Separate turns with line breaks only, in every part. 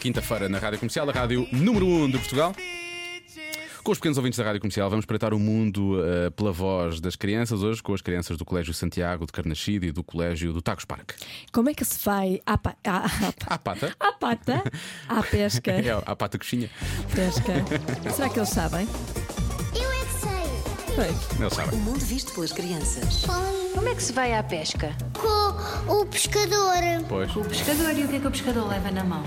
quinta-feira na Rádio Comercial, a rádio número 1 um de Portugal. Com os pequenos ouvintes da Rádio Comercial, vamos espreitar o mundo eh, pela voz das crianças hoje, com as crianças do Colégio Santiago de Carnaxide e do Colégio do Tacos Parque.
Como é que se vai à, pa- à- à pa-
À pata.
à pata, à pesca?
É, à pata coxinha.
pesca. Será que eles sabem?
Eu é que sei.
Pois.
Não sabe.
O mundo visto pelas crianças.
Com,
Como é que se vai à pesca?
com o pescador.
Pois.
O pescador e o que é que o pescador leva na mão?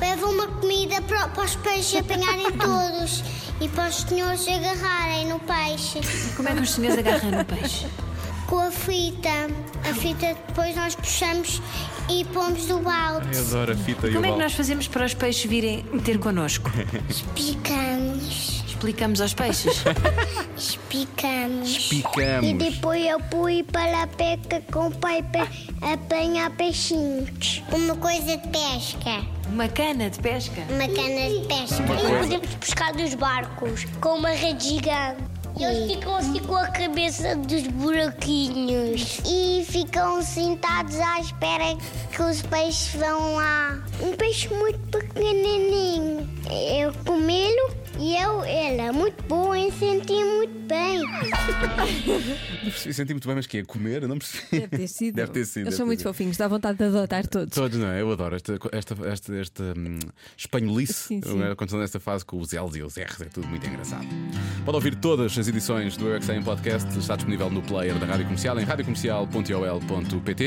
Leva uma comida para, para os peixes apanharem todos e para os senhores agarrarem no peixe.
Como é que os senhores agarram no peixe?
Com a fita. A fita depois nós puxamos e pomos do balde.
Eu adoro a fita e o
Como é que
balde.
nós fazemos para os peixes virem ter connosco?
Picamos.
Explicamos aos peixes.
Espicamos.
Picamos.
depois eu fui para a pesca com o pai para apanhar peixinhos. Uma coisa de pesca.
Uma cana de pesca.
Uma cana de pesca.
coisa.
E podemos pescar dos barcos com uma rede gigante. E eles ficam assim com a cabeça dos buraquinhos. E ficam sentados à espera que os peixes vão lá. Um peixe muito pequenininho. Eu comê-lo e eu, ele é muito bom e senti muito bem.
Não percebi, senti muito bem, mas que é comer? Eu Não percebi.
Deve ter sido.
Deve ter sido.
Eles
deve
são
ter
muito
sido.
fofinhos, dá vontade de adotar todos.
Todos, não é? Eu adoro esta, esta, esta, esta hum, espanholice. é?
Sim, sim.
Acontecendo nesta fase com os L's e os R's, é tudo muito engraçado. Pode ouvir todas as edições do Eu é Que Sei em podcast, está disponível no player da Rádio Comercial, em radiocomercial.ol.pt.